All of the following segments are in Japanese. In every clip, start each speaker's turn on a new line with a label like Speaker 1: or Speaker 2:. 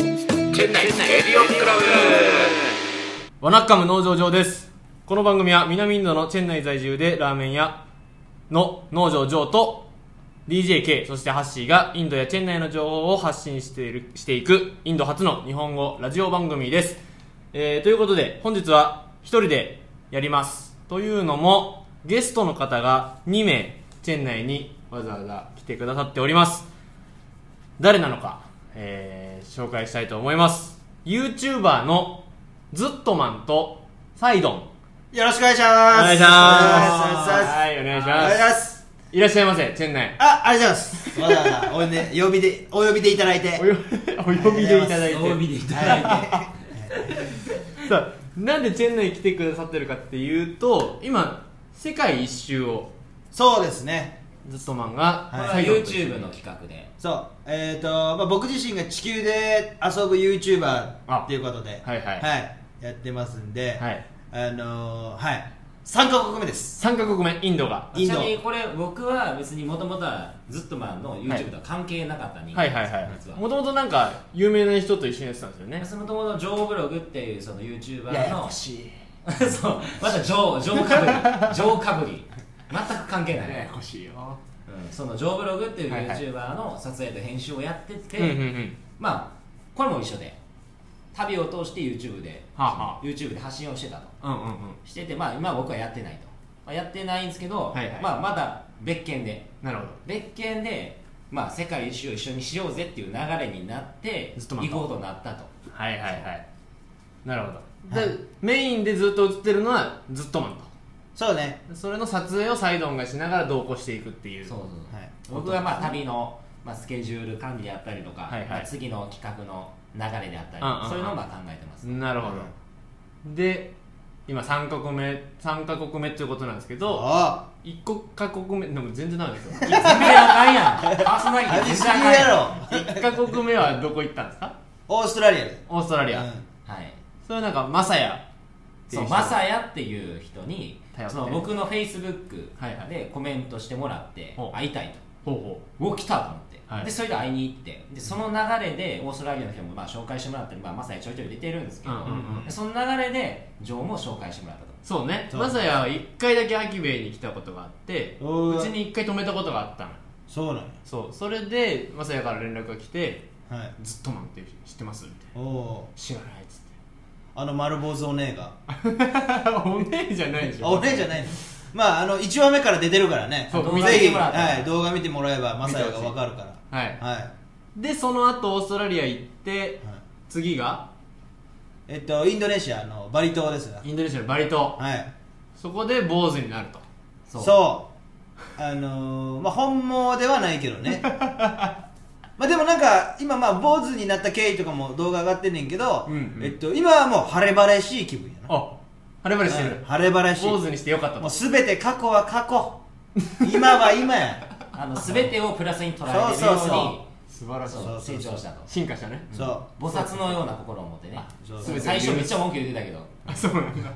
Speaker 1: 店内エディオンクラブ
Speaker 2: ワナッカム農場上ですこの番組は南インドのチェン内在住でラーメン屋の農場上と DJK そしてハッシーがインドやチェン内の情報を発信しているしていくインド初の日本語ラジオ番組です、えーということで本日は一人でやりますというのもゲストの方が2名チェン内にわざわざ来てくださっております誰なのか、えー紹介したいと思います YouTuber のズットマンとサイドン
Speaker 3: よろしくお願いします。
Speaker 2: お願いします
Speaker 3: は
Speaker 2: はいお
Speaker 3: い、お
Speaker 2: 願
Speaker 3: 願
Speaker 2: い
Speaker 3: い
Speaker 2: します
Speaker 3: します。お願いします。
Speaker 2: いらっしゃいませチェンナイ
Speaker 3: あ、ありがとうございます。わざわざ、お呼びで、お呼びで、お呼びでいただいて。
Speaker 2: およお呼びでいただい
Speaker 3: お
Speaker 4: お呼び
Speaker 2: て
Speaker 4: でいただいて
Speaker 2: さあなんでチェンナイ来てくださってるかっていうと今世界一周を
Speaker 3: そうですね。
Speaker 2: ズットマンが、
Speaker 3: はい
Speaker 2: サイドンと一緒に
Speaker 4: YouTube の企画で
Speaker 3: そう、えっ、と、まあ、僕自身が地球で遊ぶ YouTuber っていうことで、
Speaker 2: はいはい
Speaker 3: やってますんで、
Speaker 2: はい
Speaker 3: あのー、はい。3カ国目です。
Speaker 2: 3カ国目インドが
Speaker 3: イン
Speaker 4: ち
Speaker 3: ド
Speaker 4: なみにこれ僕は別にもともとはずっとまあの YouTube とは関係なかった人
Speaker 2: は
Speaker 4: 間
Speaker 2: いはいは
Speaker 4: 実
Speaker 2: い
Speaker 4: は
Speaker 2: もともとなんか有名な人と一緒にやってたんですよね
Speaker 4: もともとジョーブログっていうその YouTuber の
Speaker 3: ややこしい。
Speaker 4: そうまたジョージョーかぶりジョーかぶり全く関係ない、
Speaker 2: こしいよ
Speaker 4: うん、そのジョーブログっていう
Speaker 2: はいはい
Speaker 4: YouTuber の撮影と編集をやってて、
Speaker 2: うんうんうん
Speaker 4: まあこれも一緒で旅を通して YouTube で、
Speaker 2: はあはあ
Speaker 4: YouTube で発信をしてたと
Speaker 2: うんうんうん
Speaker 4: しててまあ今僕はやってないと、まあ、やってないんですけど、
Speaker 2: はいはい
Speaker 4: まあまだ別件で
Speaker 2: なるほど
Speaker 4: 別件で、まあ、世界一周を一緒にしようぜっていう流れになって
Speaker 2: ずっと待
Speaker 4: 行
Speaker 2: った
Speaker 4: こうとなったと
Speaker 2: はいはいはいなるほどで、
Speaker 3: はい
Speaker 2: メインでずっと映ってるのはズットマン
Speaker 3: そうね。
Speaker 2: とそれの撮影をサイドンがしながら同行していくっていう
Speaker 4: そうそうそう
Speaker 3: はい
Speaker 4: 僕はまあ旅の、まあ、スケジュール管理であったりとか、
Speaker 2: はいはい
Speaker 4: まあ次の企画の流れであったり、
Speaker 2: うんうんうん
Speaker 4: そういうのをまあ考えてます、
Speaker 2: なるほど、で今3カ国目三カ国目っていうことなんですけど
Speaker 3: あ
Speaker 2: 1カ国目でも全然ないですよ
Speaker 4: 全然あかんやんパーソナリ
Speaker 3: あ、
Speaker 4: ティ
Speaker 3: 恥
Speaker 4: 全
Speaker 3: ず
Speaker 4: 然あ
Speaker 3: かしい
Speaker 4: かんやん
Speaker 3: やろ。
Speaker 2: 1カ国目はどこ行ったんですか
Speaker 3: オーストラリアで。
Speaker 2: オーストラリア、
Speaker 3: うん
Speaker 4: はい
Speaker 2: それなんかマサヤってい
Speaker 4: そう
Speaker 2: 人
Speaker 4: マサヤっていう人に
Speaker 2: 頼って
Speaker 4: その僕のフェイスブック
Speaker 2: はいはい
Speaker 4: でコメントしてもらって
Speaker 2: ほう
Speaker 4: 会いたいと、
Speaker 2: ほうほ
Speaker 4: お来たと思って、
Speaker 2: はい
Speaker 4: でそれで会いに行ってでその流れでオーストラリアの人もまあ紹介してもらったり、まあ、まさにちょいちょい出てるんですけど、
Speaker 2: うんうんうん
Speaker 4: でその流れでジョーも紹介してもらったと
Speaker 2: うそうね
Speaker 3: そう
Speaker 2: マサヤは1回だけアキベイに来たことがあって
Speaker 3: うわ
Speaker 2: うちに1回泊めたことがあったの
Speaker 3: そうなのよ。
Speaker 2: そうそれでマサヤから連絡が来て
Speaker 3: はい。
Speaker 2: 「ずっとマンって知ってます?」みたいな
Speaker 3: おお
Speaker 2: 「知らない」っつって
Speaker 3: ー。あの丸坊主お姉が。
Speaker 2: 「 お姉じゃないでし
Speaker 3: あ
Speaker 2: ょ
Speaker 3: 俺じゃないのまああの1話目から出てるからね
Speaker 2: そう
Speaker 3: ぜ
Speaker 2: 動
Speaker 3: ひ
Speaker 2: 画見
Speaker 4: てもらった
Speaker 3: はい、動画見てもらえばマサヤがわかるか
Speaker 2: はい
Speaker 3: らはい、はい、
Speaker 2: でその後オーストラリア行って次が
Speaker 3: えっとインドネシアのバリ島ですが
Speaker 2: インドネシアのバリ島
Speaker 3: はい
Speaker 2: そこで坊主になると
Speaker 3: そううあのー、まあ本望ではないけど ねまあでもなんか今まあ坊主になった経緯とかも動画上がってんねんけど、
Speaker 2: うんうん
Speaker 3: えっと、今はもう晴れ晴れしい気分やな
Speaker 2: あ晴れ晴れして
Speaker 3: うん
Speaker 2: る
Speaker 3: 晴れ晴れしい
Speaker 2: 坊主にしてよかった
Speaker 3: もう
Speaker 2: と
Speaker 3: 全て過去は過去今は今や
Speaker 4: あの全てをプラスに捉えてる
Speaker 3: そ
Speaker 4: よ
Speaker 3: うそうそう
Speaker 2: 素晴ら
Speaker 4: にそう
Speaker 3: そうそうそう
Speaker 4: 成長したと
Speaker 2: 進化したね
Speaker 3: そう
Speaker 4: 菩薩のような心を持ってね
Speaker 3: そう
Speaker 4: そう最初めっちゃ文句言ってたけど
Speaker 2: あそうなんだ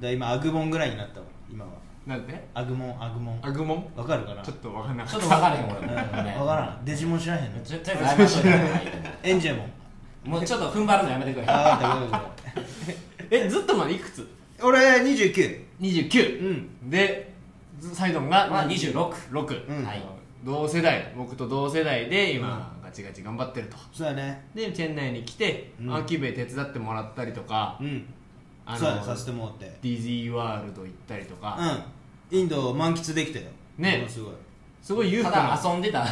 Speaker 3: だ今アグモンぐらいになったわ今は
Speaker 2: なんて
Speaker 3: アグモンアグモン
Speaker 2: アグモン
Speaker 3: わかるかな
Speaker 2: ちょっとわかんな
Speaker 4: ち
Speaker 2: か
Speaker 4: ょっ
Speaker 2: っ
Speaker 4: と分からへん俺も、
Speaker 3: うんわか
Speaker 4: ね
Speaker 3: らんデジモン知らへんの
Speaker 4: ちょとりあえず謝っといた方がいいと 思
Speaker 3: エンジェモン
Speaker 4: うもうちょっと踏ん張るのやめてくれ
Speaker 3: あ分かったごめんご
Speaker 2: たえずっとまでいくつ
Speaker 3: めん俺29
Speaker 2: ?29
Speaker 3: うん
Speaker 2: でずサイドンが
Speaker 4: まあ26
Speaker 2: 6
Speaker 3: うん
Speaker 4: はい
Speaker 2: 同世代僕と同世代で今ガチガチ頑張ってると
Speaker 3: そうだね
Speaker 2: でチェン内に来て
Speaker 3: うん
Speaker 2: アキベイ手伝ってもらったりとか
Speaker 3: うん
Speaker 2: あ
Speaker 3: そうだね
Speaker 2: の
Speaker 3: させてもらって
Speaker 2: ディズニーワールド行ったりとか
Speaker 3: うんインドを満喫できたよ
Speaker 2: ね
Speaker 3: ものすごい
Speaker 2: すごい裕
Speaker 4: た
Speaker 2: 福な
Speaker 4: だ遊んでた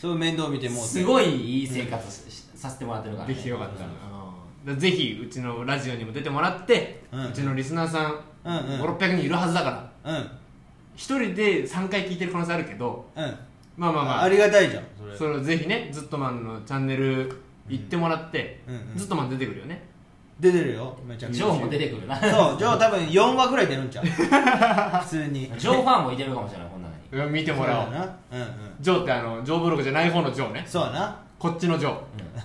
Speaker 3: そういう面倒見てもうて
Speaker 4: すごいいい生活ししさせてもらってるから、ね、
Speaker 2: できてよかったな、だからぜひうちのラジオにも出てもらって、う
Speaker 3: うん
Speaker 2: ちのリスナーさん、
Speaker 3: うんうん
Speaker 2: 5600人いるはずだから
Speaker 3: うんうん
Speaker 2: 一人で3回聞いてる可能性あるけどまあまあまあ
Speaker 3: ありがたいじゃんそれ
Speaker 2: それをぜひねずっとマンのチャンネル行ってもらって、
Speaker 3: うんうんうん
Speaker 2: ずっとマン出てくるよね、
Speaker 3: 出てるよめちゃく
Speaker 4: ジ
Speaker 3: ち
Speaker 4: ョ
Speaker 3: ゃ
Speaker 4: ーも出てくるなジョ
Speaker 3: そうジョー多分4話ぐらい出るんちゃう普通に
Speaker 4: ーファンもいてるかもしれないこんなのに
Speaker 2: うん見てもらお
Speaker 3: そう
Speaker 2: う
Speaker 3: だなうんうん
Speaker 2: ジョーってあのジョーブログじゃない方のジョーね
Speaker 3: そうだな
Speaker 2: こっちのジョ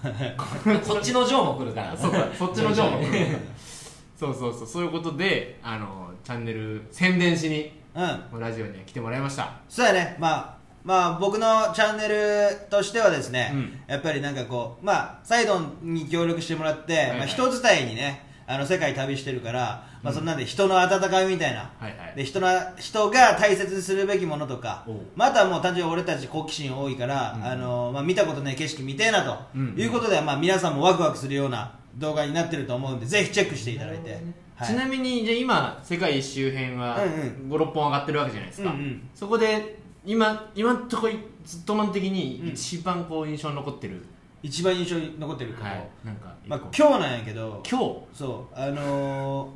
Speaker 2: ー
Speaker 4: こっちのジョーも来るから
Speaker 2: そ うかそっちのジョーも来る
Speaker 4: ね
Speaker 2: そうそうそうそういうことであのチャンネル宣伝しに
Speaker 3: うん
Speaker 2: ラジオには来てもらいました
Speaker 3: そうやねまあまあ、僕のチャンネルとしてはですね、
Speaker 2: うん
Speaker 3: やっぱりなんかこう、まあ、サイドンに協力してもらって、
Speaker 2: はい
Speaker 3: まあ、人伝いにねあの世界旅してるから、まあ、そんなんで人の温かみみたいな、
Speaker 2: はいはい
Speaker 3: で人の人が大切にするべきものとか
Speaker 2: おう
Speaker 3: またもう単純に俺たち好奇心多いから、
Speaker 2: うん
Speaker 3: あのまあ、見たことない景色見てえなと、
Speaker 2: うん
Speaker 3: いうことで、まあ、皆さんもワクワクするような動画になってると思うんでぜひチェックしていただいて、はい
Speaker 2: ちなみにじゃあ今世界一周辺は
Speaker 3: うん
Speaker 2: 56本上がってるわけじゃないですか、
Speaker 3: うんうん
Speaker 2: そこで今今んとこずっとマン的に一番こう印象に残ってる、
Speaker 3: 一番印象に残ってること、
Speaker 2: はいなんか一個、
Speaker 3: まあ、今日なんやけど
Speaker 2: 今日
Speaker 3: そうあのー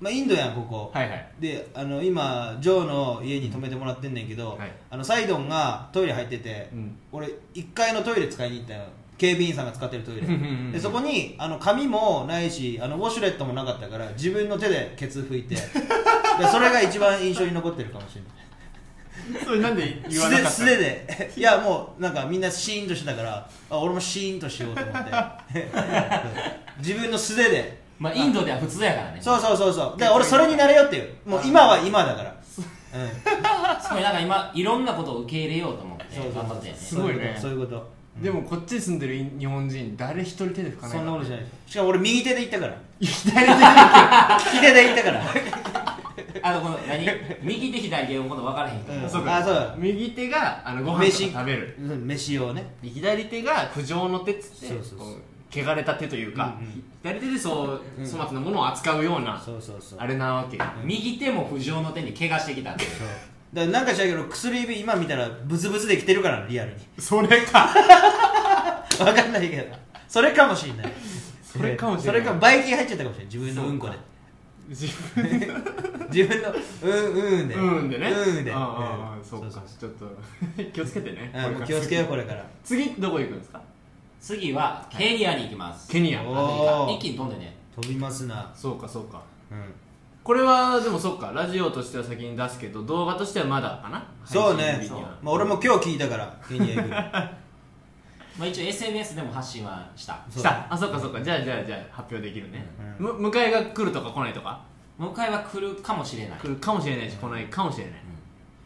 Speaker 3: まあ、インドやんここ、
Speaker 2: はいはい
Speaker 3: であの今ジョーの家に泊めてもらってんねんけど、
Speaker 2: はい
Speaker 3: あのサイドンがトイレ入ってて、
Speaker 2: うん
Speaker 3: 俺1階のトイレ使いに行ったよ警備員さんが使ってるトイレ
Speaker 2: うんうんうん
Speaker 3: でそこにあの紙もないしあのウォシュレットもなかったから自分の手でケツ 拭いてでそれが一番印象に残ってるかもしれない
Speaker 2: それなんで言わ
Speaker 3: 素
Speaker 2: な
Speaker 3: 手
Speaker 2: かった
Speaker 3: 素手でいやもうなんかみんなシーンとしてたからあ俺もシーンとしようと 思って自分の素手で
Speaker 4: まあインドでは普通やからね
Speaker 3: そうそうそうそうで俺それになれよっていうもう今は今だか ら、うん、
Speaker 4: すごいなんか今いろんなことを受け入れようと思って
Speaker 3: そうそうそう
Speaker 4: 頑張ったよね
Speaker 2: すごいね
Speaker 3: そういうこと
Speaker 2: でもこっちに住んでる日本人誰一人手で拭かない
Speaker 3: そんなことじゃ
Speaker 2: い
Speaker 3: ないしかも俺右手で行っ たから
Speaker 2: 左手で拭
Speaker 3: 左手で行ったから
Speaker 4: あのこの何右手左手のこと分からへん人、
Speaker 3: うん
Speaker 2: くそう
Speaker 3: あそう
Speaker 2: か右手があのご飯とか食べる
Speaker 3: うん飯用ね
Speaker 2: で左手が苦情の手っつって
Speaker 3: そうそうそう
Speaker 2: こう汚れた手というか、
Speaker 3: うんうん
Speaker 2: 左手でそう
Speaker 3: うん
Speaker 2: 粗末なものを扱うような
Speaker 3: そうそうそう
Speaker 2: あれなわけよ
Speaker 4: 右手も不浄の手に怪我してきたんで
Speaker 3: そうだからなんか知らんけど薬指今見たらブツブツできてるからリアルに
Speaker 2: それか
Speaker 3: わかんないけどそれかもしれない
Speaker 2: それかもしれない
Speaker 3: それかバイキン入っちゃったかもしれない自分のうんこで
Speaker 2: 自分で
Speaker 3: 自分のうんうんで
Speaker 2: うんでね
Speaker 3: うんで
Speaker 2: ああああああそう
Speaker 3: う
Speaker 2: かちょっと 気をつけてね
Speaker 3: うんもう気をつけようこれから
Speaker 2: 次どこ行くんですか
Speaker 4: 次はケニアに行きます、
Speaker 2: ケニア
Speaker 3: お
Speaker 4: アフ
Speaker 3: お
Speaker 4: リカ一気に飛んでね
Speaker 3: 飛びますな
Speaker 2: そうかそうか
Speaker 3: うん
Speaker 2: これはでもそっかラジオとしては先に出すけど動画としてはまだかな
Speaker 3: そう
Speaker 2: 配
Speaker 3: ね
Speaker 2: 信日には
Speaker 3: まあ俺も今日聞いたからケニア行 く
Speaker 4: まあ、一応 SNS でも発信はした
Speaker 3: そう
Speaker 2: したあそっかそっかじゃあじゃあじゃあ発表できるね、
Speaker 3: う
Speaker 2: む迎えが来るとか来ないとか
Speaker 4: 向かいは来るかもしれない
Speaker 2: 来るかもしれないし来ないかもしれない、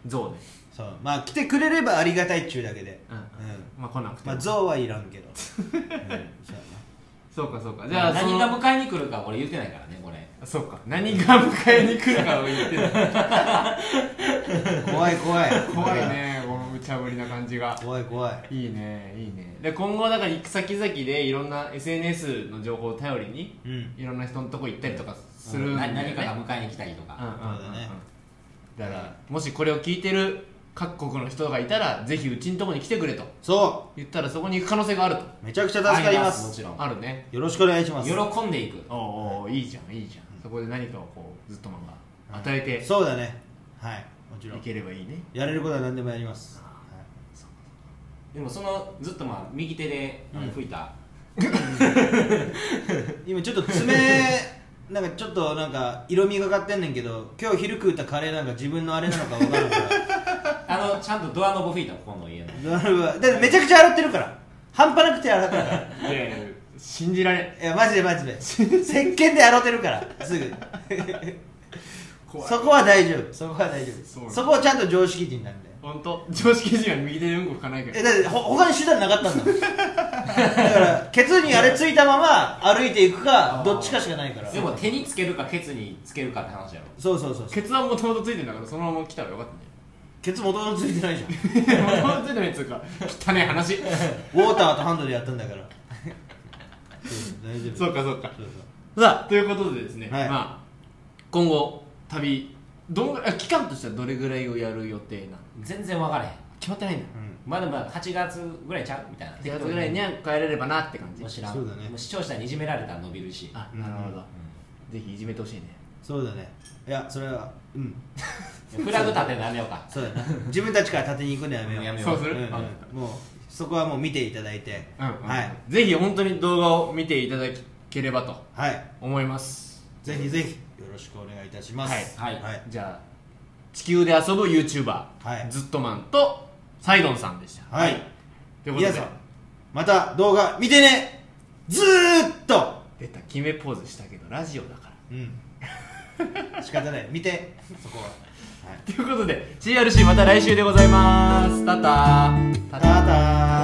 Speaker 2: 象で、
Speaker 3: そうまあ来てくれればありがたいっちゅうだけで
Speaker 2: うんまあ来なくても、
Speaker 3: まあ象はいらんけど、うん、そうや
Speaker 2: そうかそうかじ
Speaker 4: じ
Speaker 2: ゃ
Speaker 4: ゃ
Speaker 2: あ
Speaker 4: あ
Speaker 2: その
Speaker 4: 何が迎えに来るか俺言ってないからねこれ
Speaker 2: そうか何が迎えに来るかを言ってる
Speaker 3: な怖い怖い
Speaker 2: 怖いねこの無茶ぶりな感じが
Speaker 3: 怖い怖い
Speaker 2: いいねいいねで今後だから行く先々でいろんな SNS の情報を頼りに
Speaker 3: うん
Speaker 2: いろんな人のとこ行ったりとかするんだ
Speaker 4: な
Speaker 2: よね
Speaker 4: 何かが迎えに来たりと
Speaker 2: うん
Speaker 4: か、
Speaker 2: うんうん
Speaker 3: そううんだね
Speaker 2: だからもしこれを聞いてる各国の人がいたらぜひうちのとこに来てくれと
Speaker 3: そ
Speaker 2: 言ったらそこに行く可能性があると
Speaker 3: うめちゃくちゃ助かります
Speaker 4: もちろん
Speaker 2: あるね
Speaker 3: よろしくお願いします
Speaker 4: 喜んでいく
Speaker 2: おうおういいじゃんいいじゃんそこで何かをこうずっとマンが与えて
Speaker 3: そうだねはいもちろ
Speaker 2: い
Speaker 3: ん
Speaker 2: ければいいね
Speaker 3: やれることは何でもやります、はい
Speaker 4: でもそのずっとまあ右手であの吹いた、
Speaker 3: 今ちょっと爪なんかちょっとなんか色味がかってんねんけど今日昼食うたカレーなんか自分のあれなのか分からんから
Speaker 4: あのちゃんとドアノブ吹いたここの家の
Speaker 3: だからだってめちゃくちゃ洗ってるから半端なくて洗ってるから
Speaker 2: いやいや信じられん
Speaker 3: いやマジでマジで石鹸で洗ってるからすぐ
Speaker 2: 怖い
Speaker 3: そこは大丈夫そこは大丈
Speaker 2: そうな
Speaker 3: 夫
Speaker 2: の
Speaker 3: そこはちゃんと常識人なんで
Speaker 2: 本当常識人は右手でうんこ拭かないけど
Speaker 3: えだってほ他に手段なかったんだもんだからケツにあれついたまま歩いていくかどっちかしかないから
Speaker 4: でも手につけるかケツにつけるかって話やろ
Speaker 3: そうそうそうそう
Speaker 2: ケツはもともとついてんだからそのまま来たらよかっ
Speaker 3: ケツ元々ついてないじゃん
Speaker 2: た ねもともとついてないっつうか汚ねえ 話
Speaker 3: ウォーターとハンドでやったん だからそう大丈夫
Speaker 2: そうかそうか
Speaker 3: そう
Speaker 2: さあということでですね、
Speaker 3: はい
Speaker 2: まあ今後旅どんぐらいあ期間としてはどれぐらいをやる予定なの
Speaker 4: 全然分からへん
Speaker 2: 決まってないんだ
Speaker 3: そう、うん
Speaker 4: まだまだ8月ぐらいちゃうみたいな
Speaker 2: 手月ぐらいには帰れればなって感じ
Speaker 4: もう知らん
Speaker 3: そうだね
Speaker 4: もう視聴者にいじめられたら伸びるし
Speaker 2: あ
Speaker 3: うん
Speaker 2: なるほど、ぜひいじめてほしいね
Speaker 3: そうだねいやそれはうん
Speaker 4: フラグ立てなめようか
Speaker 3: そうだね自分たちから立てに行くのやめよう
Speaker 4: やめよ
Speaker 2: そうす
Speaker 3: う
Speaker 2: る、
Speaker 3: んうん
Speaker 2: あ
Speaker 3: もうそこはもう見ていただいて
Speaker 2: うんうん
Speaker 3: はい
Speaker 2: ぜひ本当に動画を見ていただければと
Speaker 3: はい
Speaker 2: 思います
Speaker 3: ぜひぜひよろしくお願いいたします
Speaker 4: はい
Speaker 3: は
Speaker 4: はいい、
Speaker 2: じゃあ地球で遊ぶ YouTuber、
Speaker 3: はい
Speaker 2: ずっとマンとサイドンさんでした
Speaker 3: はい
Speaker 2: ということで
Speaker 3: 皆さんまた動画見てねずーっと
Speaker 2: 出た決めポーズしたけどラジオだから
Speaker 3: うん仕方ない見てそこは、はい、
Speaker 2: ということで CRC また来週でございますタタ
Speaker 3: ただ